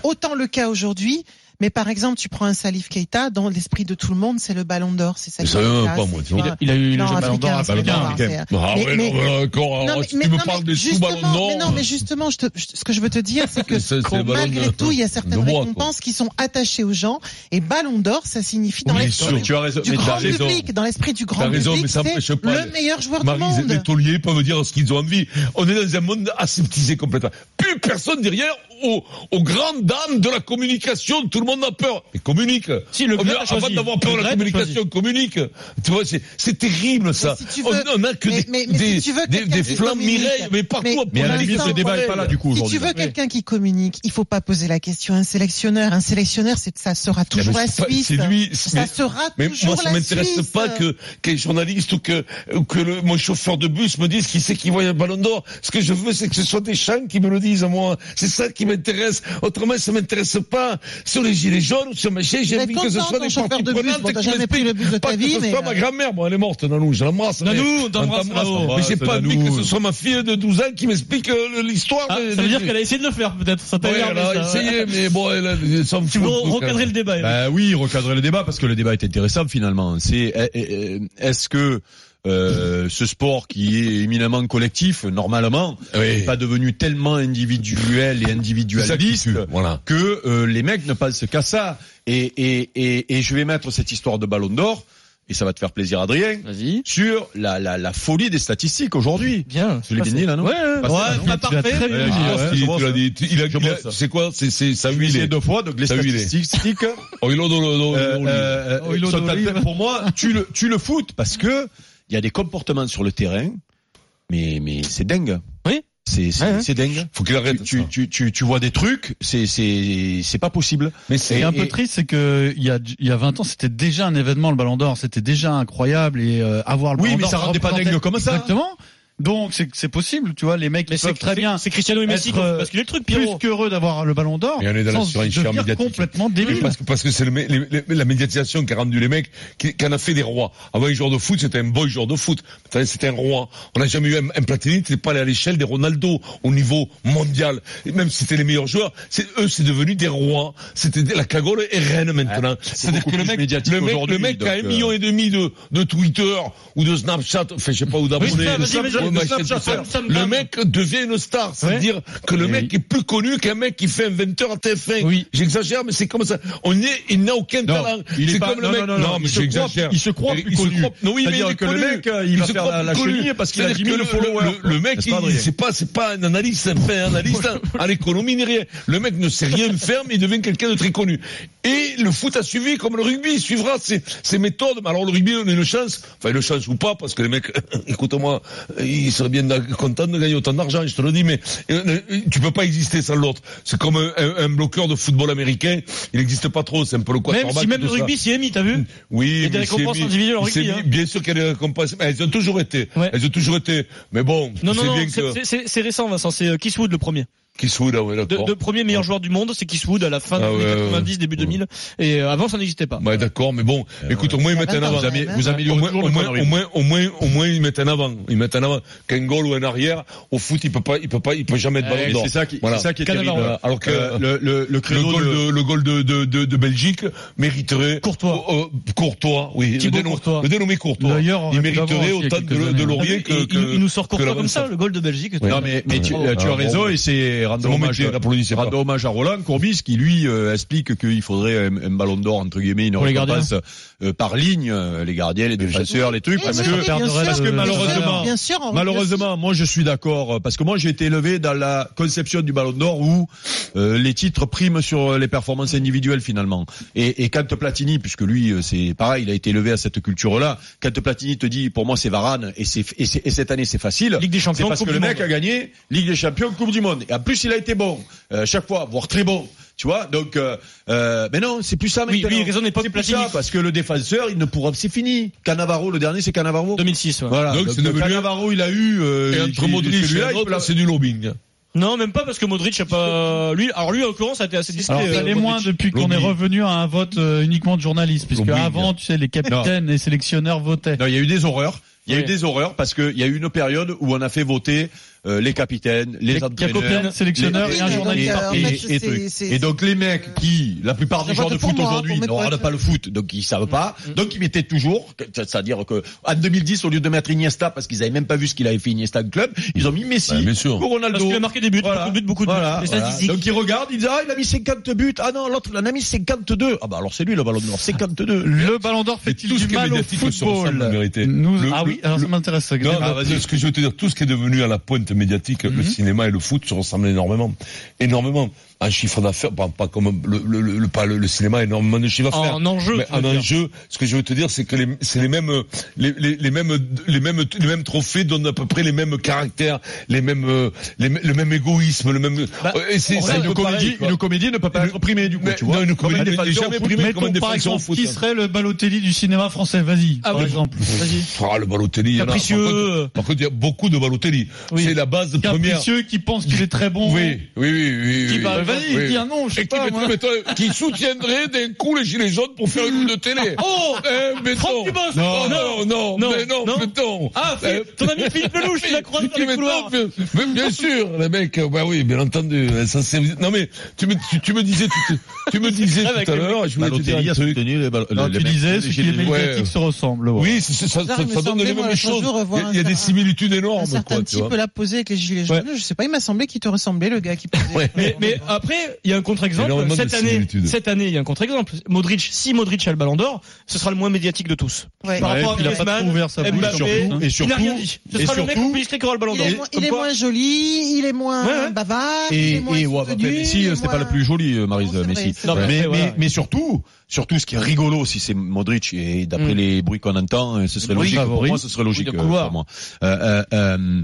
[SPEAKER 10] autant le cas aujourd'hui, mais par exemple, tu prends un Salif Keita, dans l'esprit de tout le monde, c'est le ballon d'or, c'est ça.
[SPEAKER 7] Mais
[SPEAKER 10] qui
[SPEAKER 7] ça
[SPEAKER 10] est
[SPEAKER 7] même
[SPEAKER 10] classe,
[SPEAKER 7] pas, moi,
[SPEAKER 10] tu
[SPEAKER 7] tu vois.
[SPEAKER 10] vois.
[SPEAKER 8] Il a eu
[SPEAKER 10] Non, africain,
[SPEAKER 8] à
[SPEAKER 10] c'est
[SPEAKER 8] Ballon d'Or.
[SPEAKER 10] ballon d'or, c'est-
[SPEAKER 7] Ah
[SPEAKER 10] Mais-
[SPEAKER 7] ouais,
[SPEAKER 10] mais-
[SPEAKER 7] non, mais encore,
[SPEAKER 10] Non,
[SPEAKER 7] alors,
[SPEAKER 10] mais-
[SPEAKER 7] si
[SPEAKER 10] mais-
[SPEAKER 7] tu me
[SPEAKER 10] non,
[SPEAKER 7] parles
[SPEAKER 10] mais
[SPEAKER 7] des
[SPEAKER 10] justement,
[SPEAKER 7] sous-ballons d'or.
[SPEAKER 10] mais non, mais justement, je te- je- ce que je veux te dire, c'est que
[SPEAKER 7] Ça, c'est le ballon
[SPEAKER 10] malgré
[SPEAKER 7] de-
[SPEAKER 10] tout, il y a
[SPEAKER 7] de
[SPEAKER 10] certaines
[SPEAKER 7] moi, quoi.
[SPEAKER 10] récompenses qui sont attachées aux gens. Et Ballon d'Or, ça signifie dans
[SPEAKER 7] Oui,
[SPEAKER 10] l'esprit
[SPEAKER 7] sûr,
[SPEAKER 10] du
[SPEAKER 5] Tu as raison, mais t'as
[SPEAKER 10] grand
[SPEAKER 5] raison.
[SPEAKER 10] public, dans l'esprit du
[SPEAKER 7] T'as
[SPEAKER 10] grand
[SPEAKER 7] raison, mais
[SPEAKER 10] public,
[SPEAKER 7] ça
[SPEAKER 10] c'est
[SPEAKER 7] empêche pas les-
[SPEAKER 10] le meilleur joueur du
[SPEAKER 7] Marie, les- les
[SPEAKER 10] monde.
[SPEAKER 7] tauliers peuvent dire ce qu'ils ont envie. On est dans un monde aseptisé complètement. Plus personne derrière aux, aux grandes dames de la communication. Tout le monde a peur. Oh, Mais communique.
[SPEAKER 11] Si, le
[SPEAKER 7] On
[SPEAKER 11] grec
[SPEAKER 7] vient-
[SPEAKER 11] a
[SPEAKER 7] avant
[SPEAKER 11] choisi.
[SPEAKER 7] d'avoir peur
[SPEAKER 11] Le
[SPEAKER 7] de la
[SPEAKER 11] grec a
[SPEAKER 7] communication, communique. Tu vois, c'est, c'est terrible, ça.
[SPEAKER 10] si tu
[SPEAKER 7] on,
[SPEAKER 10] veux-
[SPEAKER 7] on a que
[SPEAKER 10] mais-
[SPEAKER 7] des,
[SPEAKER 10] mais- mais si
[SPEAKER 7] des-
[SPEAKER 10] tu veux
[SPEAKER 7] des,
[SPEAKER 10] quelqu'un
[SPEAKER 7] des
[SPEAKER 10] qui
[SPEAKER 7] flammes
[SPEAKER 10] communique,
[SPEAKER 7] Mireille, mais partout.
[SPEAKER 10] mais-
[SPEAKER 7] pour
[SPEAKER 5] Mais à la limite,
[SPEAKER 10] l'instant,
[SPEAKER 5] le débat
[SPEAKER 10] ouais,
[SPEAKER 5] n'est pas là, du coup,
[SPEAKER 10] Si tu
[SPEAKER 5] aujourd'hui.
[SPEAKER 10] veux quelqu'un qui communique, il faut pas poser la question à un sélectionneur. Un sélectionneur, c'est- ça sera toujours
[SPEAKER 7] mais
[SPEAKER 10] la
[SPEAKER 7] c'est pas-
[SPEAKER 10] Suisse.
[SPEAKER 7] c'est lui, c'est-
[SPEAKER 10] Ça
[SPEAKER 7] mais-
[SPEAKER 10] sera
[SPEAKER 7] Mais moi,
[SPEAKER 10] toujours
[SPEAKER 7] ça
[SPEAKER 10] la
[SPEAKER 7] m'intéresse
[SPEAKER 10] Suisse.
[SPEAKER 7] pas que qu'un journaliste ou que ou que le, mon chauffeur de bus me dise qui c'est qui voit un ballon d'or. Ce que je veux, c'est que ce soit des chaînes qui me le disent à moi. C'est ça qui m'intéresse. Autrement, ça m'intéresse pas. Sur les gilets jaunes ou sur machin, j'ai
[SPEAKER 10] Mais
[SPEAKER 7] envie
[SPEAKER 10] content,
[SPEAKER 7] que ce soit
[SPEAKER 10] ton
[SPEAKER 7] des
[SPEAKER 10] chauffeur
[SPEAKER 7] parties
[SPEAKER 10] de bus,
[SPEAKER 7] prenantes
[SPEAKER 10] bon, t'as
[SPEAKER 7] qui
[SPEAKER 10] jamais pris le bus de
[SPEAKER 7] m'expliquent. Pas
[SPEAKER 10] ta
[SPEAKER 7] que
[SPEAKER 10] vie,
[SPEAKER 7] ce
[SPEAKER 10] mais euh,
[SPEAKER 7] soit
[SPEAKER 10] là-
[SPEAKER 7] ma grand-mère. Bon, elle est morte, Nanou. Je l'embrasse.
[SPEAKER 11] Nanou,
[SPEAKER 7] mais-
[SPEAKER 11] on t'embrasse,
[SPEAKER 7] t'embrasse.
[SPEAKER 11] Nanou.
[SPEAKER 7] Mais j'ai pas
[SPEAKER 5] Nanou.
[SPEAKER 7] envie que ce soit ma fille de 12 ans qui m'explique euh, l'histoire.
[SPEAKER 11] Ah,
[SPEAKER 7] des-
[SPEAKER 11] ça veut
[SPEAKER 7] des-
[SPEAKER 11] dire qu'elle a essayé de le faire, peut-être. Ça t'a
[SPEAKER 7] Ouais, elle
[SPEAKER 11] énervé,
[SPEAKER 7] a
[SPEAKER 11] ça.
[SPEAKER 7] essayé, mais bon, elle a- elle s'en
[SPEAKER 11] Tu
[SPEAKER 7] fout,
[SPEAKER 11] veux
[SPEAKER 7] en tout cas.
[SPEAKER 11] recadrer le débat. Eric.
[SPEAKER 7] eh,
[SPEAKER 5] Ben oui, recadrer le débat parce que le débat est intéressant finalement. C'est euh, euh, est-ce que euh, ce sport qui est éminemment collectif, normalement,
[SPEAKER 11] Euh,
[SPEAKER 5] n'est pas devenu tellement individuel et individualiste que euh, les mecs ne pensent qu'à ça. Et, et, et, et je vais mettre cette histoire de ballon d'or. Et ça va te faire plaisir, Adrien. Sur la, la, la folie des statistiques aujourd'hui. Bien. Je l'ai bien dit, là, non?
[SPEAKER 7] Ouais, ouais,
[SPEAKER 5] Pas ça,
[SPEAKER 7] ouais, pas
[SPEAKER 5] non Tu l'as Ah,
[SPEAKER 7] parfait.
[SPEAKER 5] très bien
[SPEAKER 7] Ouais,
[SPEAKER 5] dit,
[SPEAKER 7] je pense
[SPEAKER 5] ouais,
[SPEAKER 7] qu'il-
[SPEAKER 5] je pense.
[SPEAKER 7] Ah, tu l'as dit. Il a-
[SPEAKER 5] Je
[SPEAKER 7] il a-
[SPEAKER 5] pense.
[SPEAKER 7] c'est quoi? C'est, c'est, ça
[SPEAKER 5] Je l'ai
[SPEAKER 7] huilé.
[SPEAKER 5] dit deux fois, donc les
[SPEAKER 7] Ça huilé.
[SPEAKER 5] (laughs) statistiques.
[SPEAKER 7] Oilo dolo dolo
[SPEAKER 5] Euh,
[SPEAKER 7] dolo.
[SPEAKER 5] euh,
[SPEAKER 8] Oh,
[SPEAKER 5] euh,
[SPEAKER 7] Oilo
[SPEAKER 5] sont
[SPEAKER 7] d'olive.
[SPEAKER 5] atteintes. pour moi, tu le, tu le foot parce que il y a des comportements sur le terrain, mais, mais c'est dingue.
[SPEAKER 11] Oui.
[SPEAKER 5] C'est, c'est,
[SPEAKER 11] Ouais, ouais.
[SPEAKER 5] c'est dingue.
[SPEAKER 7] Faut qu'il arrête.
[SPEAKER 5] Tu, tu, tu, tu vois des trucs, c'est, c'est, c'est pas possible.
[SPEAKER 7] Mais
[SPEAKER 8] Ce qui est un peu triste, c'est que il y a, il y a 20 ans, c'était déjà un événement, le Ballon d'Or. C'était déjà incroyable et euh, avoir le
[SPEAKER 5] Oui,
[SPEAKER 8] Ballon
[SPEAKER 5] mais
[SPEAKER 8] d'Or
[SPEAKER 5] ça rendait pas
[SPEAKER 8] représentait-
[SPEAKER 5] dingue comme ça.
[SPEAKER 8] Exactement. Donc c'est c'est possible, tu vois, les mecs
[SPEAKER 11] Mais
[SPEAKER 8] ils
[SPEAKER 11] c'est-
[SPEAKER 8] peuvent très
[SPEAKER 11] c'est-
[SPEAKER 8] bien.
[SPEAKER 11] c'est Cristiano et Messi
[SPEAKER 8] être,
[SPEAKER 11] qui ont
[SPEAKER 8] euh,
[SPEAKER 11] basculé le truc, Pierrot.
[SPEAKER 8] Plus qu'heureux d'avoir le Ballon d'or.
[SPEAKER 7] Et on est dans la
[SPEAKER 8] sans
[SPEAKER 7] surenchère
[SPEAKER 8] devenir
[SPEAKER 7] médiatique.
[SPEAKER 8] complètement
[SPEAKER 7] Mais
[SPEAKER 8] débile.
[SPEAKER 7] Parce que parce que c'est le mé- les- les- la médiatisation qui a rendu les mecs qui, qui en a fait des rois. Avant les joueurs de foot, c'était un boy joueur de foot. Maintenant, C'était un roi. On n'a jamais eu un, un Platini, c'était pas allé à l'échelle des Ronaldo au niveau mondial. Et même si c'était les meilleurs joueurs, c'est eux c'est devenu des rois. C'était des- la cagole est reine maintenant. C'est-à-dire
[SPEAKER 5] beaucoup
[SPEAKER 7] que le
[SPEAKER 5] plus
[SPEAKER 7] mec,
[SPEAKER 5] médiatique
[SPEAKER 7] le mec,
[SPEAKER 5] aujourd'hui,
[SPEAKER 7] le mec qui a un
[SPEAKER 5] donc, euh,
[SPEAKER 7] million et demi de, de Twitter ou de Snapchat, enfin je sais pas où bah, d'abonnés,
[SPEAKER 11] Oui, vas-y,
[SPEAKER 7] ou
[SPEAKER 11] vas-y, vas-y,
[SPEAKER 7] de machin,
[SPEAKER 11] Snapchat,
[SPEAKER 7] tout ça.
[SPEAKER 11] ça me
[SPEAKER 7] le
[SPEAKER 11] parle.
[SPEAKER 7] mec devient une star. C'est-à-dire que le mec est plus connu qu'un mec qui fait un 20 heures à TF1.
[SPEAKER 8] Oui.
[SPEAKER 7] J'exagère, mais c'est comme ça. On y est, il n'a aucun
[SPEAKER 5] Non,
[SPEAKER 7] talent.
[SPEAKER 5] il est
[SPEAKER 7] C'est
[SPEAKER 5] pas-
[SPEAKER 7] comme le
[SPEAKER 5] non,
[SPEAKER 7] mec.
[SPEAKER 5] non, non, non, il se croit- il se croit plus
[SPEAKER 7] se
[SPEAKER 5] connu.
[SPEAKER 7] croit- Non, oui, mais il
[SPEAKER 5] C'est-à-dire
[SPEAKER 7] est
[SPEAKER 5] que le
[SPEAKER 7] connu.
[SPEAKER 5] mec, euh, il va
[SPEAKER 7] se
[SPEAKER 5] faire
[SPEAKER 7] croit
[SPEAKER 5] la- la
[SPEAKER 7] plus connu.
[SPEAKER 5] chenille parce qu'il a
[SPEAKER 7] C'est-à-dire
[SPEAKER 5] 10 000
[SPEAKER 7] que le-
[SPEAKER 5] followers.
[SPEAKER 7] le- Le mec,
[SPEAKER 5] N'est-ce pas,
[SPEAKER 7] il-
[SPEAKER 5] Adrien
[SPEAKER 7] c'est pas, c'est pas un analyste, c'est pas un analyste hein. en en économie ni rien. Le mec ne sait rien faire, mais il devient quelqu'un de très connu. Et le foot a suivi comme le rugby, il suivra ses, ses méthodes. Mais alors le rugby, on a une chance, enfin une chance ou pas, parce que les mecs, (laughs) écoute-moi, ils seraient bien d'ac- contents de gagner autant d'argent, je te le dis, mais euh, euh, tu peux pas exister sans l'autre. C'est comme un, un- un bloqueur de football américain, il n'existe pas trop, c'est un peu le
[SPEAKER 11] Même
[SPEAKER 7] quarterback.
[SPEAKER 11] si même
[SPEAKER 7] tout
[SPEAKER 11] le
[SPEAKER 7] ça. Mm.
[SPEAKER 11] rugby s'y est mis, t'as vu
[SPEAKER 7] Oui,
[SPEAKER 11] y a des
[SPEAKER 7] mais c'est
[SPEAKER 11] récompenses
[SPEAKER 7] mis-
[SPEAKER 11] individuelles en
[SPEAKER 7] c'est
[SPEAKER 11] rugby,
[SPEAKER 7] mis-
[SPEAKER 11] hein.
[SPEAKER 7] Bien sûr qu'il y a des récompenses, mais elles ont toujours été.
[SPEAKER 11] Ouais.
[SPEAKER 7] Elles ont toujours été. Mais bon,
[SPEAKER 11] Non,
[SPEAKER 7] c'est
[SPEAKER 11] non, non,
[SPEAKER 7] bien
[SPEAKER 11] c'est-
[SPEAKER 7] que.
[SPEAKER 11] c'est- c'est c'est récent, Vincent. C'est euh, Kisswood le premier.
[SPEAKER 7] Qui se fout, là, ouais,
[SPEAKER 11] De,
[SPEAKER 7] d'accord.
[SPEAKER 11] de premier meilleur joueur du monde, c'est Kisswood à la fin
[SPEAKER 7] Ah
[SPEAKER 11] des
[SPEAKER 7] ouais, Bah,
[SPEAKER 11] années
[SPEAKER 7] ouais,
[SPEAKER 11] 90, début 2000. Et euh, avant, ça n'existait pas.
[SPEAKER 7] Ouais, d'accord, mais bon,
[SPEAKER 5] Euh,
[SPEAKER 7] écoute, au moins ils mettent un
[SPEAKER 10] Attends,
[SPEAKER 7] avant.
[SPEAKER 10] vous amé- vous
[SPEAKER 7] au
[SPEAKER 5] améliorez
[SPEAKER 7] moins,
[SPEAKER 5] toujours
[SPEAKER 7] au
[SPEAKER 5] le
[SPEAKER 7] moins,
[SPEAKER 5] connerie.
[SPEAKER 7] au moins, au moins, au moins, ils mettent un avant. Ils mettent un avant. Qu'un goal ou un arrière, au foot, il peut pas, il peut pas, il peut jamais être
[SPEAKER 5] Mais
[SPEAKER 7] ballon d'or.
[SPEAKER 5] c'est ça qui,
[SPEAKER 7] Voilà.
[SPEAKER 5] c'est ça qui est
[SPEAKER 11] Cannavaro.
[SPEAKER 5] terrible.
[SPEAKER 7] Alors que-
[SPEAKER 5] Euh, le, le, le
[SPEAKER 7] Le
[SPEAKER 5] credo
[SPEAKER 7] goal
[SPEAKER 5] de-
[SPEAKER 7] de, le goal de, de, de, de Belgique mériterait.
[SPEAKER 8] Courtois.
[SPEAKER 7] Oh, oh, Courtois, oui.
[SPEAKER 8] Thibaut
[SPEAKER 7] le, dénom-
[SPEAKER 8] Courtois.
[SPEAKER 7] le dénommé Courtois.
[SPEAKER 8] D'ailleurs, on
[SPEAKER 7] il
[SPEAKER 8] aurait pu
[SPEAKER 7] mériterait
[SPEAKER 8] l'avoir aussi il y a
[SPEAKER 7] autant de,
[SPEAKER 8] quelques
[SPEAKER 7] de
[SPEAKER 8] années.
[SPEAKER 5] Ah
[SPEAKER 7] laurier
[SPEAKER 11] Et
[SPEAKER 7] que, que.
[SPEAKER 11] il, il nous sort
[SPEAKER 7] que la
[SPEAKER 11] Courtois
[SPEAKER 7] bonne
[SPEAKER 11] comme ça,
[SPEAKER 7] star.
[SPEAKER 11] le goal de Belgique.
[SPEAKER 7] Ouais.
[SPEAKER 5] Non mais, mais tu, euh,
[SPEAKER 7] Ouais.
[SPEAKER 5] tu as
[SPEAKER 7] Ah,
[SPEAKER 5] raison
[SPEAKER 7] bravo.
[SPEAKER 5] et c'est
[SPEAKER 7] C'est
[SPEAKER 5] rendre
[SPEAKER 7] mon
[SPEAKER 5] hommage,
[SPEAKER 7] métier, l'applaudissez pas.
[SPEAKER 5] rendre hommage à Roland Courbis qui lui euh, explique qu'il faudrait un, un ballon d'or entre guillemets une
[SPEAKER 11] Pour les
[SPEAKER 5] récompense euh, par ligne euh, les gardiens les défenseurs les trucs
[SPEAKER 10] Eh
[SPEAKER 5] parce
[SPEAKER 10] oui,
[SPEAKER 5] que
[SPEAKER 10] bien sûr,
[SPEAKER 5] parce que
[SPEAKER 10] bien sûr,
[SPEAKER 5] malheureusement
[SPEAKER 10] bien sûr, on-
[SPEAKER 5] malheureusement moi je suis d'accord euh, parce que moi j'ai été élevé dans la conception du ballon d'or où euh, les titres priment sur euh, les performances individuelles finalement et, et quand Platini puisque lui euh, c'est pareil il a été élevé à cette culture là quand Platini te dit pour moi c'est Varane et, c'est- et c'est- et cette année c'est facile
[SPEAKER 11] Ligue des Champions,
[SPEAKER 5] c'est parce
[SPEAKER 11] Coupe
[SPEAKER 5] que le
[SPEAKER 11] du
[SPEAKER 5] mec
[SPEAKER 11] Monde.
[SPEAKER 5] a gagné Ligue des Champions, Coupe du Monde. Et en plus, il a été bon euh, chaque fois, voire très bon. Tu vois, donc, euh, euh, mais non, c'est plus ça
[SPEAKER 11] Oui,
[SPEAKER 5] maintenant.
[SPEAKER 11] oui, raison n'est pas
[SPEAKER 5] c'est
[SPEAKER 11] de
[SPEAKER 5] plus
[SPEAKER 11] Platini.
[SPEAKER 5] ça, parce que le défenseur, il ne pourra, c'est fini. Canavaro, le dernier, c'est Canavaro.
[SPEAKER 11] 2006, ouais.
[SPEAKER 5] Voilà.
[SPEAKER 7] Donc, c'est devenu-
[SPEAKER 5] Canavaro, il a eu. Euh,
[SPEAKER 7] Et
[SPEAKER 5] il-
[SPEAKER 7] entre
[SPEAKER 5] il-
[SPEAKER 7] Modric et
[SPEAKER 5] celui-là, il peut
[SPEAKER 7] l'autre,
[SPEAKER 5] la-
[SPEAKER 7] c'est du lobbying.
[SPEAKER 11] Non, même pas parce que Modric a pas lui. Alors lui, en l'occurrence, ça a été assez discret.
[SPEAKER 8] Alors, ça
[SPEAKER 11] euh,
[SPEAKER 8] l'est
[SPEAKER 11] Modric.
[SPEAKER 8] moins depuis qu'on est
[SPEAKER 7] Lobbying.
[SPEAKER 8] revenu à un vote euh, uniquement de journalistes, puisque
[SPEAKER 7] Lobbying.
[SPEAKER 8] avant, tu sais, les capitaines et sélectionneurs votaient.
[SPEAKER 5] Non, il y a eu des horreurs. Il y a eu
[SPEAKER 11] Ouais.
[SPEAKER 5] des horreurs parce qu'il y a eu une période où on a fait voter euh, les capitaines, les,
[SPEAKER 8] Les
[SPEAKER 5] entraîneurs,
[SPEAKER 8] capitaines, sélectionneurs
[SPEAKER 5] les-
[SPEAKER 10] et un journaliste par
[SPEAKER 5] et,
[SPEAKER 10] pays.
[SPEAKER 5] et- et trucs.
[SPEAKER 10] C'est- c'est-
[SPEAKER 5] Et donc les mecs qui, la plupart
[SPEAKER 10] Je
[SPEAKER 5] des joueurs
[SPEAKER 10] vote
[SPEAKER 5] de
[SPEAKER 10] pour
[SPEAKER 5] foot
[SPEAKER 10] moi, hein,
[SPEAKER 5] aujourd'hui
[SPEAKER 10] pour
[SPEAKER 5] ne
[SPEAKER 10] mes potes.
[SPEAKER 5] regardent pas le foot, donc ils savent pas.
[SPEAKER 11] Mm.
[SPEAKER 5] Donc ils mettaient toujours, que- c'est-à-dire que en 2010 au lieu de mettre Iniesta parce qu'ils avaient même pas vu ce qu'il avait fait Iniesta le club, ils ont mis Messi,
[SPEAKER 7] Bah, bien sûr.
[SPEAKER 5] ou Ronaldo.
[SPEAKER 11] Parce qu'il a marqué des buts,
[SPEAKER 5] Voilà.
[SPEAKER 11] beaucoup de buts, beaucoup de buts.
[SPEAKER 5] Voilà,
[SPEAKER 11] Les
[SPEAKER 5] voilà.
[SPEAKER 11] statistiques.
[SPEAKER 5] Donc ils regardent, ils disent ah il a mis 50 buts, ah non l'autre il en a mis 52. Ah bah alors c'est lui le ballon d'or, 52.
[SPEAKER 8] Le Ballon d'Or
[SPEAKER 7] Et
[SPEAKER 8] fait-il
[SPEAKER 7] tout ce
[SPEAKER 8] du
[SPEAKER 7] qui est
[SPEAKER 8] mal au
[SPEAKER 7] médiatique se ressemble,
[SPEAKER 8] football
[SPEAKER 7] en vérité.
[SPEAKER 8] Nous-
[SPEAKER 7] Le-
[SPEAKER 8] Ah
[SPEAKER 7] le-
[SPEAKER 8] oui, alors ça
[SPEAKER 7] le-
[SPEAKER 8] m'intéresse. ça,
[SPEAKER 7] Non,
[SPEAKER 8] développe.
[SPEAKER 7] non, vas-y, ce que je veux te dire, tout ce qui est devenu à la pointe médiatique, le cinéma et le foot se ressemblent énormément. Énormément. Un chiffre d'affaires, pas, pas comme le, le, le, le- pas le, le cinéma, énormément de chiffre d'affaires.
[SPEAKER 11] En enjeu,
[SPEAKER 7] Mais
[SPEAKER 11] tu veux
[SPEAKER 7] en
[SPEAKER 11] dire.
[SPEAKER 7] enjeu, ce que je veux te dire, c'est que les, c'est les mêmes, euh, les, les, les mêmes, les mêmes, les mêmes trophées donnent à peu près les mêmes caractères, les mêmes, euh, les, mêmes- le même égoïsme, le même, euh, et c'est,
[SPEAKER 5] Regarde,
[SPEAKER 7] c'est un
[SPEAKER 5] une
[SPEAKER 7] peu pareil,
[SPEAKER 5] comédie,
[SPEAKER 7] quoi.
[SPEAKER 5] une comédie ne peut pas
[SPEAKER 7] Le-
[SPEAKER 5] être primée du coup,
[SPEAKER 7] Mais
[SPEAKER 5] tu vois.
[SPEAKER 7] non, une
[SPEAKER 5] Comme un
[SPEAKER 7] comédie n'est
[SPEAKER 5] défenseur
[SPEAKER 7] jamais
[SPEAKER 5] au foot.
[SPEAKER 7] primée comme un
[SPEAKER 8] Mettons par
[SPEAKER 7] défenseur au
[SPEAKER 8] exemple,
[SPEAKER 7] foot.
[SPEAKER 8] qui
[SPEAKER 7] hein.
[SPEAKER 8] serait le Balotelli du cinéma français Vas-y,
[SPEAKER 11] Ah
[SPEAKER 8] par
[SPEAKER 11] oui.
[SPEAKER 8] exemple.
[SPEAKER 11] Vas-y.
[SPEAKER 7] Ah, le Balotelli, il y en a. Par
[SPEAKER 11] Capricieux.
[SPEAKER 7] contre- Par contre, il y a beaucoup de Balotelli.
[SPEAKER 11] Oui.
[SPEAKER 7] C'est la base première.
[SPEAKER 8] Capricieux qui pense qu'il est très bon.
[SPEAKER 7] Oui, oui, oui, oui.
[SPEAKER 8] Qui
[SPEAKER 7] oui,
[SPEAKER 8] va-
[SPEAKER 7] oui.
[SPEAKER 8] vas-y,
[SPEAKER 7] Oui.
[SPEAKER 8] dis un nom, je sais
[SPEAKER 7] Et qui,
[SPEAKER 8] pas,
[SPEAKER 7] mettrait-
[SPEAKER 8] moi.
[SPEAKER 7] mettrait- qui soutiendrait d'un coup les gilets jaunes pour faire une de télé.
[SPEAKER 11] Oh
[SPEAKER 7] eh, mettons.
[SPEAKER 11] Franck Dubos
[SPEAKER 7] Non, non, non,
[SPEAKER 11] Non.
[SPEAKER 7] mais non,
[SPEAKER 11] Non.
[SPEAKER 7] mettons.
[SPEAKER 11] Ah, Philippe, ton ami Philippe Lelouch, il a croisé dans les
[SPEAKER 7] mettons,
[SPEAKER 11] couloirs.
[SPEAKER 7] bien- Mais bien sûr, les mecs, euh, bah oui, bien entendu. euh, Ça, c'est- non mais tu me, tu, tu me disais, tout- tu, me disais
[SPEAKER 8] Avec
[SPEAKER 7] tout à
[SPEAKER 8] le mec.
[SPEAKER 7] l'heure, je voulais te dire
[SPEAKER 5] Balotelli
[SPEAKER 7] un
[SPEAKER 5] a
[SPEAKER 7] truc.
[SPEAKER 5] soutenu les, bal-
[SPEAKER 8] Non,
[SPEAKER 5] les
[SPEAKER 8] tu
[SPEAKER 5] mecs-
[SPEAKER 8] disais,
[SPEAKER 5] les
[SPEAKER 8] ce qui
[SPEAKER 5] gilets
[SPEAKER 8] est
[SPEAKER 5] jaunes.
[SPEAKER 8] médiatique se ressemble. voilà.
[SPEAKER 7] Oui, c'est- c'est- ça,
[SPEAKER 10] Bizarre,
[SPEAKER 7] ça-
[SPEAKER 10] il me
[SPEAKER 7] ça donne
[SPEAKER 10] semblait,
[SPEAKER 7] les
[SPEAKER 10] moi,
[SPEAKER 7] mêmes
[SPEAKER 10] l'autre
[SPEAKER 7] choses.
[SPEAKER 10] jour,
[SPEAKER 7] Il y
[SPEAKER 10] revoir
[SPEAKER 7] a-
[SPEAKER 10] un
[SPEAKER 7] il y a des
[SPEAKER 10] certain-
[SPEAKER 7] similitudes
[SPEAKER 10] Un
[SPEAKER 7] énormes.
[SPEAKER 10] certain
[SPEAKER 7] quoi, tu
[SPEAKER 10] type euh,
[SPEAKER 7] vois.
[SPEAKER 10] l'a posé avec les gilets jaunes. Je sais pas, il m'a semblé qu'il te ressemblait, le gars qui posait.
[SPEAKER 11] Mais, mais
[SPEAKER 7] ah,
[SPEAKER 11] après, il y a un contre-exemple.
[SPEAKER 7] Énormément de
[SPEAKER 11] Cette année,
[SPEAKER 7] similitudes.
[SPEAKER 11] cette année, il y a un contre-exemple. Modric, si Modric a le Ballon d'Or, ce sera le moins médiatique de tous.
[SPEAKER 10] Ouais.
[SPEAKER 11] Par
[SPEAKER 8] Ouais,
[SPEAKER 11] rapport à
[SPEAKER 8] puis il a pas
[SPEAKER 11] Griezmann,
[SPEAKER 8] trop ouvert sa bouche,
[SPEAKER 11] Mbappé,
[SPEAKER 8] surtout, hein.
[SPEAKER 11] il
[SPEAKER 8] Et
[SPEAKER 11] n'a rien
[SPEAKER 8] surtout-
[SPEAKER 11] dit. Ce
[SPEAKER 8] et
[SPEAKER 11] sera le mec
[SPEAKER 8] surtout-
[SPEAKER 11] publié qui aura le Ballon
[SPEAKER 10] Il
[SPEAKER 11] d'Or.
[SPEAKER 10] est, moins,
[SPEAKER 11] Comme
[SPEAKER 10] il est
[SPEAKER 11] quoi-
[SPEAKER 10] moins joli, il est moins
[SPEAKER 11] Ouais, ouais.
[SPEAKER 10] bavard, il
[SPEAKER 5] Et,
[SPEAKER 10] est moins
[SPEAKER 5] et ouais,
[SPEAKER 10] soutenu,
[SPEAKER 5] bah, Messi,
[SPEAKER 10] il est
[SPEAKER 5] c'était pas
[SPEAKER 10] moins-
[SPEAKER 5] la plus jolie, euh,
[SPEAKER 10] Non,
[SPEAKER 5] Marise
[SPEAKER 10] c'est vrai,
[SPEAKER 5] Messi.
[SPEAKER 10] c'est Non,
[SPEAKER 11] vrai.
[SPEAKER 5] mais,
[SPEAKER 11] mais ouais.
[SPEAKER 5] mais, mais surtout, surtout, ce qui est rigolo, si c'est Modric, et d'après
[SPEAKER 11] Mm.
[SPEAKER 5] les bruits qu'on entend, euh, ce serait
[SPEAKER 8] Oui,
[SPEAKER 5] logique pour
[SPEAKER 8] favori.
[SPEAKER 5] moi, ce serait logique
[SPEAKER 8] Oui, de
[SPEAKER 5] euh,
[SPEAKER 8] couloir.
[SPEAKER 5] pour moi. Euh, euh, euh,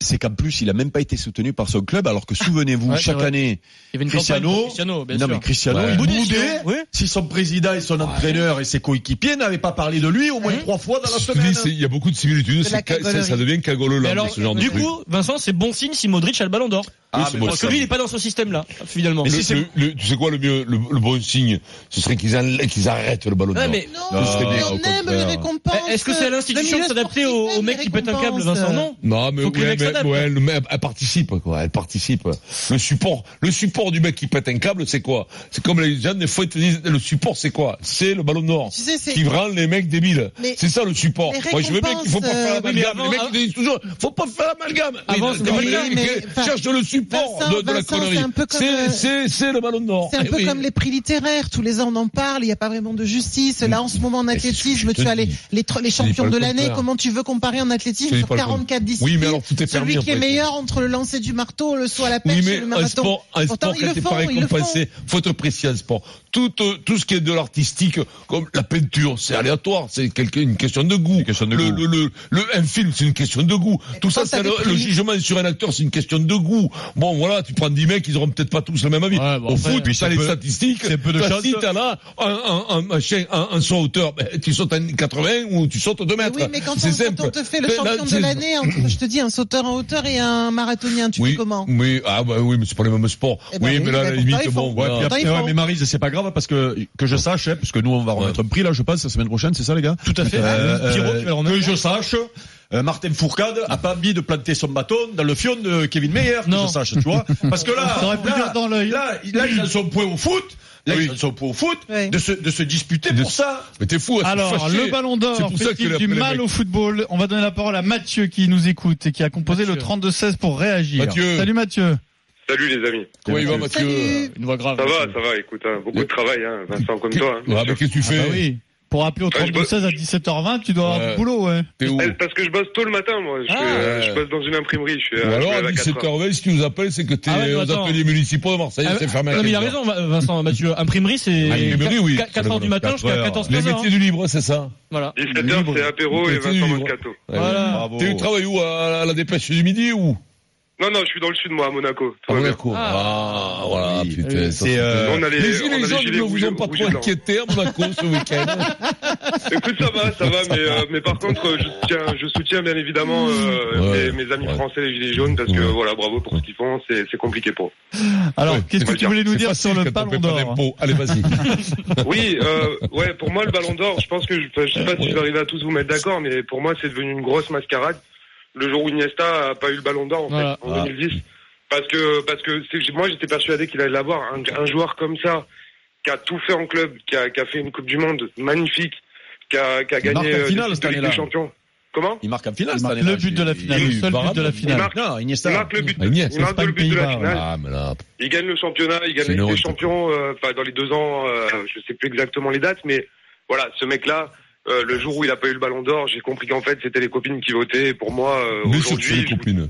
[SPEAKER 5] c'est qu'en plus, il a même pas été soutenu par son club, alors que souvenez-vous,
[SPEAKER 11] Ouais, c'est
[SPEAKER 5] chaque
[SPEAKER 11] vrai.
[SPEAKER 5] année,
[SPEAKER 11] Il y avait une
[SPEAKER 5] Cristiano-
[SPEAKER 11] campagne pour Cristiano, bien
[SPEAKER 5] non
[SPEAKER 11] sûr.
[SPEAKER 5] mais Cristiano,
[SPEAKER 7] Ouais.
[SPEAKER 5] il
[SPEAKER 11] Boudait,
[SPEAKER 5] boudait.
[SPEAKER 11] oui.
[SPEAKER 5] Si son président et son entraîneur et ses coéquipiers n'avaient pas parlé de lui au
[SPEAKER 10] Hein
[SPEAKER 5] moins trois fois dans la
[SPEAKER 7] Je te dis,
[SPEAKER 5] semaine.
[SPEAKER 7] c'est- il y a beaucoup de similitudes.
[SPEAKER 10] C'est la
[SPEAKER 7] c'est ca- Ça,
[SPEAKER 10] cagolerie.
[SPEAKER 7] ça devient
[SPEAKER 11] Mais
[SPEAKER 7] cagoleux
[SPEAKER 11] alors,
[SPEAKER 7] ce genre de
[SPEAKER 11] du
[SPEAKER 7] truc.
[SPEAKER 11] coup, Vincent, c'est bon signe si Modric a le Ballon d'Or.
[SPEAKER 5] Ah,
[SPEAKER 7] c'est
[SPEAKER 5] mais
[SPEAKER 7] bon,
[SPEAKER 5] moi,
[SPEAKER 11] Parce que lui, il n'est pas dans ce système-là, finalement.
[SPEAKER 5] Mais
[SPEAKER 7] Le-
[SPEAKER 5] si c'est-
[SPEAKER 7] le- le- tu sais quoi le mieux, le, le bon signe, ce serait qu'ils en- qu'ils arrêtent le ballon
[SPEAKER 11] Ouais,
[SPEAKER 7] d'or.
[SPEAKER 11] mais-
[SPEAKER 10] Non,
[SPEAKER 5] Non,
[SPEAKER 10] mais
[SPEAKER 5] mais
[SPEAKER 10] on
[SPEAKER 5] au
[SPEAKER 10] aime les
[SPEAKER 5] contraire.
[SPEAKER 10] récompenses.
[SPEAKER 11] Est-ce que c'est à l'institution
[SPEAKER 10] Le
[SPEAKER 11] de
[SPEAKER 10] milieu
[SPEAKER 11] s'adapter au,
[SPEAKER 10] sportif
[SPEAKER 11] au mec
[SPEAKER 10] aime
[SPEAKER 11] qui
[SPEAKER 10] les
[SPEAKER 11] pète un câble,
[SPEAKER 10] récompenses.
[SPEAKER 11] Vincent Non.
[SPEAKER 7] Non, mais,
[SPEAKER 11] Faut que les
[SPEAKER 7] ouais,
[SPEAKER 11] mecs
[SPEAKER 7] mais-
[SPEAKER 11] s'adaptent.
[SPEAKER 7] ouais, le mec, elle participe, quoi. Elle participe. Le support, le support du mec qui pète un câble, c'est quoi? C'est comme les gens, des fois, ils te disent, le support, c'est quoi? C'est le ballon d'or.
[SPEAKER 10] Tu sais, c'est-
[SPEAKER 7] Qui rend les mecs débiles.
[SPEAKER 10] Mais-
[SPEAKER 7] C'est ça, le support.
[SPEAKER 10] les
[SPEAKER 7] Moi, je veux bien qu'il faut pas
[SPEAKER 10] récompenses,
[SPEAKER 7] faire
[SPEAKER 10] euh,
[SPEAKER 7] l'amalgame.
[SPEAKER 11] oui,
[SPEAKER 7] Les
[SPEAKER 11] mais
[SPEAKER 7] mecs,
[SPEAKER 11] avant-
[SPEAKER 7] ils disent toujours, faut pas faire l'amalgame.
[SPEAKER 11] Avant,
[SPEAKER 7] Mais-
[SPEAKER 11] c'était-
[SPEAKER 7] mais-
[SPEAKER 10] mais- mais-
[SPEAKER 7] mais- cherche le support
[SPEAKER 10] Vincent,
[SPEAKER 7] de, de la
[SPEAKER 10] Vincent,
[SPEAKER 7] connerie.
[SPEAKER 10] c'est un peu comme,
[SPEAKER 7] C'est,
[SPEAKER 10] euh,
[SPEAKER 7] c'est, c'est le ballon d'or.
[SPEAKER 10] C'est un
[SPEAKER 7] Eh
[SPEAKER 10] peu
[SPEAKER 7] oui.
[SPEAKER 10] comme les prix littéraires. Tous les ans, on en parle. Il n'y a pas vraiment de justice. Là, en ce moment, en
[SPEAKER 7] Mais c'est ce que
[SPEAKER 10] athlétisme,
[SPEAKER 7] je te
[SPEAKER 10] tu as les,
[SPEAKER 7] dis.
[SPEAKER 10] les, tr- les
[SPEAKER 7] te dis pas
[SPEAKER 10] champions
[SPEAKER 7] le
[SPEAKER 10] de l'année.
[SPEAKER 7] contraire.
[SPEAKER 10] Comment tu veux comparer en
[SPEAKER 7] Je te
[SPEAKER 10] athlétisme
[SPEAKER 7] dis
[SPEAKER 10] sur
[SPEAKER 7] pas le
[SPEAKER 10] 44 disciplines
[SPEAKER 7] Oui, mais alors, tout est
[SPEAKER 10] Celui
[SPEAKER 7] permis
[SPEAKER 10] qui est
[SPEAKER 7] après.
[SPEAKER 10] meilleur entre le lancer du marteau, le saut à la pêche
[SPEAKER 7] Oui,
[SPEAKER 10] et
[SPEAKER 7] mais
[SPEAKER 10] le
[SPEAKER 7] un
[SPEAKER 10] marathon.
[SPEAKER 7] sport, un
[SPEAKER 10] Pourtant,
[SPEAKER 7] sport
[SPEAKER 10] ils
[SPEAKER 7] quand
[SPEAKER 10] le
[SPEAKER 7] t'es
[SPEAKER 10] font,
[SPEAKER 7] pas
[SPEAKER 10] ils le font.
[SPEAKER 7] récompensé, faut apprécier un sport. Tout, euh, tout ce qui est de l'artistique, comme la peinture, c'est aléatoire, c'est quelqu'un- une question de goût. le, Le, le, le, un film, c'est une question de goût. Tout ça,
[SPEAKER 10] quand
[SPEAKER 7] c'est
[SPEAKER 10] t'as
[SPEAKER 7] le,
[SPEAKER 10] des
[SPEAKER 7] le
[SPEAKER 10] prix-
[SPEAKER 7] jugement sur un acteur, c'est une question de goût. Bon, voilà, tu prends 10 mecs, ils auront peut-être pas tous le même avis.
[SPEAKER 8] Ouais, bon,
[SPEAKER 7] Au
[SPEAKER 8] après,
[SPEAKER 7] foot,
[SPEAKER 8] puis
[SPEAKER 7] t'as
[SPEAKER 8] c'est
[SPEAKER 7] les
[SPEAKER 8] peu-
[SPEAKER 7] statistiques,
[SPEAKER 8] c'est peu de
[SPEAKER 7] t'as
[SPEAKER 8] chance.
[SPEAKER 7] si t'as là un, un, un, machin, un, un saut à hauteur, ben, tu sautes à 80 ou tu sautes 2
[SPEAKER 10] Mais
[SPEAKER 7] mètres.
[SPEAKER 10] oui, mais quand on,
[SPEAKER 7] c'est
[SPEAKER 10] quand
[SPEAKER 7] simple. Ben,
[SPEAKER 10] on te fait le
[SPEAKER 7] Là,
[SPEAKER 10] champion de
[SPEAKER 7] c'est-
[SPEAKER 10] l'année, entre, je te dis, un sauteur en hauteur et un marathonien, tu
[SPEAKER 7] oui,
[SPEAKER 10] fais comment
[SPEAKER 7] oui, ah bah oui, mais c'est pas le même sport.
[SPEAKER 10] Eh ben
[SPEAKER 7] oui,
[SPEAKER 10] oui,
[SPEAKER 7] mais là, à
[SPEAKER 10] mais
[SPEAKER 7] la
[SPEAKER 10] pourtant,
[SPEAKER 7] limite,
[SPEAKER 10] ils
[SPEAKER 7] bon,
[SPEAKER 10] font.
[SPEAKER 7] ouais,
[SPEAKER 10] Pourtant,
[SPEAKER 5] après,
[SPEAKER 10] ils
[SPEAKER 5] ouais,
[SPEAKER 10] font.
[SPEAKER 5] mais Marise, c'est pas grave parce que que je sache, hein, parce que nous on va remettre un prix là, je pense, la semaine prochaine, c'est ça les gars
[SPEAKER 8] Tout à fait. Pierrot,
[SPEAKER 5] Euh, euh,
[SPEAKER 8] tu vas leur
[SPEAKER 5] que je sache, euh, Martin Fourcade a pas envie de planter son bâton dans le fion de Kevin Meyer, que
[SPEAKER 8] Non.
[SPEAKER 5] je sache, tu vois. Parce que
[SPEAKER 8] (laughs)
[SPEAKER 5] là,
[SPEAKER 8] Ça aurait pu
[SPEAKER 5] là,
[SPEAKER 8] dire dans l'œil.
[SPEAKER 5] là, là, ils en sont point au foot. Là, ils en sont point au foot
[SPEAKER 10] Ouais.
[SPEAKER 5] de se de se disputer pour ça.
[SPEAKER 7] Mais t'es
[SPEAKER 8] hein,
[SPEAKER 7] fou, à
[SPEAKER 8] Alors, le ballon
[SPEAKER 7] C'est
[SPEAKER 8] d'or,
[SPEAKER 7] pour ça
[SPEAKER 8] fait-il
[SPEAKER 7] qu'il
[SPEAKER 8] du
[SPEAKER 7] appelle les
[SPEAKER 8] mal
[SPEAKER 7] mecs.
[SPEAKER 8] au football On va donner la parole à Mathieu qui nous écoute et qui a composé
[SPEAKER 11] Mathieu.
[SPEAKER 8] le 32-16 pour réagir.
[SPEAKER 7] Mathieu.
[SPEAKER 8] Salut Mathieu.
[SPEAKER 12] Salut les amis.
[SPEAKER 7] Comment il va, Mathieu
[SPEAKER 5] Ah,
[SPEAKER 10] Salut.
[SPEAKER 11] Une voix grave.
[SPEAKER 12] Ça va, ça va, écoute, hein, beaucoup de travail, hein, Vincent, comme toi. hein, bien
[SPEAKER 7] Ah, mais
[SPEAKER 12] sûr.
[SPEAKER 7] qu'est-ce que tu
[SPEAKER 8] Ah
[SPEAKER 7] fais
[SPEAKER 8] bah oui. Pour appeler au
[SPEAKER 12] Ouais, je
[SPEAKER 8] 32-16 à 17h20, tu dois avoir
[SPEAKER 7] Ouais.
[SPEAKER 8] du boulot, ouais.
[SPEAKER 7] T'es où
[SPEAKER 12] Eh, Parce que je bosse tôt le matin, moi. Je,
[SPEAKER 11] Ah,
[SPEAKER 12] euh, je
[SPEAKER 7] ouais.
[SPEAKER 12] bosse dans une imprimerie. Je suis,
[SPEAKER 7] Ou
[SPEAKER 12] euh, je
[SPEAKER 7] alors,
[SPEAKER 12] me
[SPEAKER 7] à
[SPEAKER 12] lève à 4 heures.
[SPEAKER 7] 17h20, si tu nous appelles, c'est que t'es
[SPEAKER 11] Ah ouais, mais
[SPEAKER 7] aux
[SPEAKER 11] attends.
[SPEAKER 7] ateliers municipaux de Marseille,
[SPEAKER 11] Ah,
[SPEAKER 7] c'est fermé à
[SPEAKER 11] non, mais il a
[SPEAKER 7] 15h.
[SPEAKER 11] raison, Vincent, Mathieu. Imprimerie, c'est
[SPEAKER 7] Imprimerie, oui.
[SPEAKER 11] 4 heures du matin
[SPEAKER 5] Quatre
[SPEAKER 11] jusqu'à
[SPEAKER 5] heures.
[SPEAKER 11] 14
[SPEAKER 7] Les
[SPEAKER 11] 15 heures,
[SPEAKER 7] métiers du
[SPEAKER 11] hein.
[SPEAKER 7] libre, c'est ça
[SPEAKER 11] Voilà.
[SPEAKER 12] 17 heures, c'est apéro
[SPEAKER 7] Mais
[SPEAKER 12] et
[SPEAKER 7] t'es
[SPEAKER 12] Vincent
[SPEAKER 7] libre.
[SPEAKER 12] Moscato.
[SPEAKER 11] Voilà.
[SPEAKER 5] Bravo.
[SPEAKER 7] T'es travailles où à la dépêche du midi ou
[SPEAKER 12] Non, non, je suis dans le sud, moi, à
[SPEAKER 5] (laughs)
[SPEAKER 12] Monaco. Tout
[SPEAKER 7] Ah,
[SPEAKER 12] va bien.
[SPEAKER 7] Monaco.
[SPEAKER 11] Ah.
[SPEAKER 7] Ah, voilà,
[SPEAKER 5] Oui.
[SPEAKER 7] putain. ça,
[SPEAKER 5] C'est, euh,
[SPEAKER 12] On a les,
[SPEAKER 7] Les
[SPEAKER 12] on a
[SPEAKER 7] gilets
[SPEAKER 12] les
[SPEAKER 7] jaunes
[SPEAKER 12] gilets
[SPEAKER 7] ne vous
[SPEAKER 12] rouges,
[SPEAKER 7] ont pas
[SPEAKER 12] rouges
[SPEAKER 7] trop
[SPEAKER 12] et blancs.
[SPEAKER 7] inquiété à Monaco ce week-end. hein,
[SPEAKER 12] (laughs) Écoute, ça va, ça va, mais, euh, mais par contre, euh, je soutiens, je soutiens bien évidemment euh,
[SPEAKER 7] Ouais,
[SPEAKER 12] mes, mes amis
[SPEAKER 7] ouais.
[SPEAKER 12] français, les gilets jaunes, parce que
[SPEAKER 7] Ouais.
[SPEAKER 12] voilà, bravo pour ce qu'ils font, c'est c'est compliqué pour. eux.
[SPEAKER 8] Alors,
[SPEAKER 7] Ouais,
[SPEAKER 8] qu'est-ce
[SPEAKER 12] c'est
[SPEAKER 8] que tu voulais nous dire sur le ballon d'or
[SPEAKER 7] Allez, vas-y.
[SPEAKER 12] Oui, euh, ouais, pour moi, le Ballon d'Or, je pense que, je, enfin, je sais pas si je vais arriver à tous vous mettre d'accord, mais pour moi, c'est devenu une grosse mascarade. Le jour où Iniesta a pas eu le Ballon d'Or, en, fait,
[SPEAKER 11] Voilà.
[SPEAKER 12] en 2010. Parce que, parce que c'est- moi, j'étais persuadé qu'il allait l'avoir. Un, un joueur comme ça, qui a tout fait en club, qui a, qui a fait une Coupe du Monde magnifique, qui a, qui a
[SPEAKER 5] marque
[SPEAKER 12] gagné
[SPEAKER 5] la
[SPEAKER 12] euh,
[SPEAKER 5] finale,
[SPEAKER 12] des
[SPEAKER 5] cette
[SPEAKER 12] titres de Ligue
[SPEAKER 5] année-là.
[SPEAKER 12] des Champions. Comment
[SPEAKER 5] Il marque en finale.
[SPEAKER 8] Il marque
[SPEAKER 5] cette année-là.
[SPEAKER 8] le but de la
[SPEAKER 5] Il-
[SPEAKER 8] finale,
[SPEAKER 5] il-
[SPEAKER 8] le seul but de la
[SPEAKER 5] il
[SPEAKER 8] finale.
[SPEAKER 5] marque- Non, Iniesta.
[SPEAKER 12] Il marque le but,
[SPEAKER 7] Ah, Iniesta,
[SPEAKER 12] il marque le but de la
[SPEAKER 8] Espagne,
[SPEAKER 12] finale.
[SPEAKER 7] Ah, mais là.
[SPEAKER 12] Il gagne le championnat, il gagne
[SPEAKER 7] C'est
[SPEAKER 12] la Ligue
[SPEAKER 7] une
[SPEAKER 12] des
[SPEAKER 7] honte.
[SPEAKER 12] champions, euh, enfin dans les deux ans, euh, je sais plus exactement les dates, mais voilà, ce mec-là, euh, le jour où il a pas eu le ballon d'or, j'ai compris qu'en fait c'était les copines qui votaient. Pour moi, euh,
[SPEAKER 7] Mais c'est c'est
[SPEAKER 12] aujourd'hui,
[SPEAKER 7] les
[SPEAKER 12] je-
[SPEAKER 7] copines.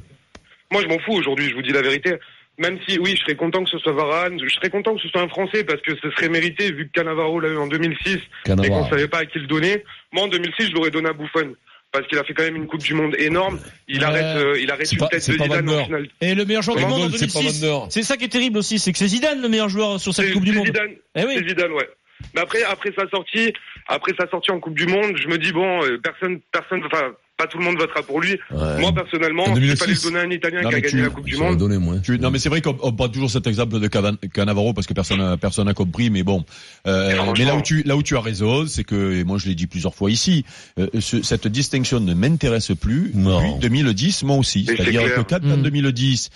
[SPEAKER 12] moi je m'en fous aujourd'hui, je vous dis la vérité. Même si, oui, je serais content que ce soit Varane, je serais content que ce soit un Français parce que ce serait mérité vu que Cannavaro l'a eu en 2006 et qu'on
[SPEAKER 7] Cannavaro.
[SPEAKER 12] savait pas à qui le donner. Moi, en 2006, je l'aurais donné à Bouffon parce qu'il a fait quand même une Coupe du Monde énorme. Il
[SPEAKER 11] Ouais.
[SPEAKER 12] arrête, euh, il arrête
[SPEAKER 7] C'est
[SPEAKER 12] une
[SPEAKER 7] pas-
[SPEAKER 12] tête
[SPEAKER 7] c'est
[SPEAKER 12] de
[SPEAKER 7] pas Van
[SPEAKER 12] Zidane en
[SPEAKER 7] Gaal.
[SPEAKER 12] finale.
[SPEAKER 11] Et Eh, le meilleur joueur du
[SPEAKER 7] Van
[SPEAKER 11] monde en
[SPEAKER 7] Gaal, c'est pas
[SPEAKER 11] 2006.
[SPEAKER 7] Van Gaal.
[SPEAKER 11] C'est ça qui est terrible aussi, c'est que c'est Zidane le meilleur joueur sur cette
[SPEAKER 12] C'est-
[SPEAKER 11] Coupe du
[SPEAKER 12] c'est
[SPEAKER 11] Monde.
[SPEAKER 12] Zidane.
[SPEAKER 11] Eh oui.
[SPEAKER 12] C'est Zidane, ouais. Mais après, après sa sortie,
[SPEAKER 10] Après sa sortie en Coupe du Monde, je me dis bon, euh, personne, personne, enfin, pas tout le monde votera pour lui. Moi personnellement,
[SPEAKER 5] En
[SPEAKER 10] il
[SPEAKER 5] 2006.
[SPEAKER 10] fallait le donner à un Italien
[SPEAKER 5] Non,
[SPEAKER 10] qui a
[SPEAKER 5] mais
[SPEAKER 10] gagné
[SPEAKER 5] tu-
[SPEAKER 10] la Coupe du
[SPEAKER 5] j'aurais
[SPEAKER 10] Monde.
[SPEAKER 5] donné, moi. Tu- non, mais c'est vrai qu'on on prend toujours cet exemple de Cavan- Cannavaro parce que personne n'a personne n'a compris, mais bon. Euh, mais là où tu là où tu as raison, c'est que et moi je l'ai dit plusieurs fois ici, euh, ce- cette distinction ne m'intéresse plus depuis 2010, moi aussi.
[SPEAKER 7] Mais c'est
[SPEAKER 5] C'est-à-dire
[SPEAKER 7] clair.
[SPEAKER 5] que quand en 2010,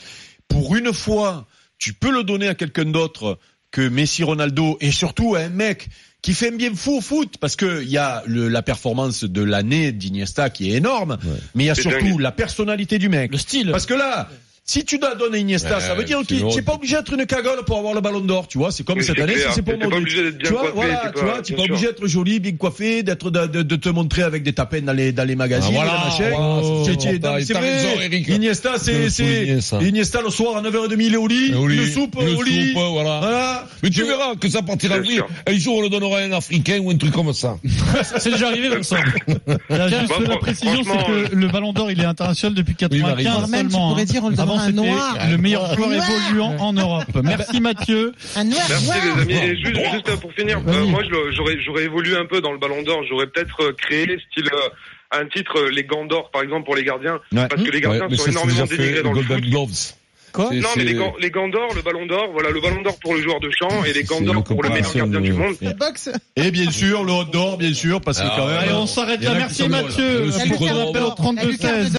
[SPEAKER 5] pour une fois, tu peux le donner à quelqu'un d'autre que Messi, Ronaldo et surtout à un mec qui fait un bien fou au foot parce que il y a le- la performance de l'année d'Iniesta qui est énorme, mais il y a
[SPEAKER 7] C'est
[SPEAKER 5] surtout
[SPEAKER 7] dingue.
[SPEAKER 5] la personnalité du mec, le style. Parce que là, si tu dois donner Iniesta,
[SPEAKER 7] Ouais,
[SPEAKER 5] ça veut dire
[SPEAKER 7] c'est
[SPEAKER 5] qu'il
[SPEAKER 7] drôle.
[SPEAKER 5] n'est pas obligé d'être une cagole pour avoir le Ballon d'Or, tu vois. C'est comme
[SPEAKER 7] Mais
[SPEAKER 5] cette
[SPEAKER 7] c'est
[SPEAKER 5] année,
[SPEAKER 7] clair.
[SPEAKER 5] si c'est pour
[SPEAKER 7] T'es pas
[SPEAKER 5] Modric.
[SPEAKER 7] obligé d'être bien
[SPEAKER 5] tu vois,
[SPEAKER 7] coiffé,
[SPEAKER 5] voilà,
[SPEAKER 7] t'es
[SPEAKER 5] tu
[SPEAKER 7] pas-
[SPEAKER 5] vois, t'es
[SPEAKER 7] bien
[SPEAKER 5] pas
[SPEAKER 7] sûr.
[SPEAKER 5] obligé d'être joli, bien coiffé, d'être de, de- de te montrer avec des tapettes dans les dans les magazines,
[SPEAKER 7] Ah, voilà,
[SPEAKER 5] le machin.
[SPEAKER 7] voilà, c'est
[SPEAKER 5] C'est- c'est-
[SPEAKER 7] bon,
[SPEAKER 5] non,
[SPEAKER 7] t'as-
[SPEAKER 5] mais c'est
[SPEAKER 7] t'as
[SPEAKER 5] vrai.
[SPEAKER 7] raison, Eric.
[SPEAKER 5] Iniesta,
[SPEAKER 7] De
[SPEAKER 5] c'est
[SPEAKER 7] le souligner,
[SPEAKER 5] c'est
[SPEAKER 7] ça.
[SPEAKER 5] Iniesta le soir à 9h30, il est au lit,
[SPEAKER 7] Et au lit,
[SPEAKER 5] une soupe
[SPEAKER 7] une
[SPEAKER 5] au lit.
[SPEAKER 7] soupe, voilà. Mais tu verras que ça partira
[SPEAKER 5] Bien
[SPEAKER 7] lui.
[SPEAKER 5] sûr.
[SPEAKER 7] Un jour, on le donnera à un Africain ou un truc comme ça.
[SPEAKER 11] C'est déjà arrivé, Vincent.
[SPEAKER 7] Tiens,
[SPEAKER 11] (laughs) Là, juste
[SPEAKER 7] bah,
[SPEAKER 11] la
[SPEAKER 7] fran-
[SPEAKER 11] précision, c'est
[SPEAKER 7] franchement, euh,
[SPEAKER 11] que le Ballon d'Or, il est international depuis
[SPEAKER 7] Marie.
[SPEAKER 11] 95
[SPEAKER 7] Voire même, tu
[SPEAKER 11] seulement.
[SPEAKER 7] pourrais
[SPEAKER 11] hein.
[SPEAKER 7] dire, on le donnera
[SPEAKER 11] Avant,
[SPEAKER 7] à un
[SPEAKER 11] c'était
[SPEAKER 7] noir.
[SPEAKER 11] le meilleur
[SPEAKER 7] Un
[SPEAKER 11] joueur
[SPEAKER 7] noir.
[SPEAKER 11] évoluant en Europe. Merci Mathieu.
[SPEAKER 10] Merci les amis. Et juste, juste, euh, pour finir, euh, moi je le- j'aurais j'aurais évolué un peu dans le Ballon d'Or. J'aurais peut-être euh, créé style euh, un titre euh, les gants d'or par exemple pour les gardiens,
[SPEAKER 7] Ouais.
[SPEAKER 10] parce que les gardiens
[SPEAKER 7] Ouais, mais ça,
[SPEAKER 10] sont
[SPEAKER 7] c'est
[SPEAKER 10] énormément
[SPEAKER 7] déjà fait,
[SPEAKER 10] dénigrés dans le
[SPEAKER 7] Golden
[SPEAKER 10] foot.
[SPEAKER 7] Gloves. C'est-
[SPEAKER 10] non mais
[SPEAKER 7] c'est-
[SPEAKER 10] les gants, les gants d'or, le Ballon d'Or, voilà le Ballon d'Or pour le joueur de champ et les gants d'or pour le meilleur gardien du
[SPEAKER 7] euh,
[SPEAKER 10] monde.
[SPEAKER 13] boxe.
[SPEAKER 5] Et bien sûr, le hot d'or, bien sûr, parce que
[SPEAKER 7] Ah,
[SPEAKER 5] quand même.
[SPEAKER 7] ouais, on
[SPEAKER 5] il y en a qui sont drôles.
[SPEAKER 11] Mathieu
[SPEAKER 5] Le
[SPEAKER 11] pour
[SPEAKER 5] sucre
[SPEAKER 11] ton
[SPEAKER 5] d'or.
[SPEAKER 11] appel au 32 16.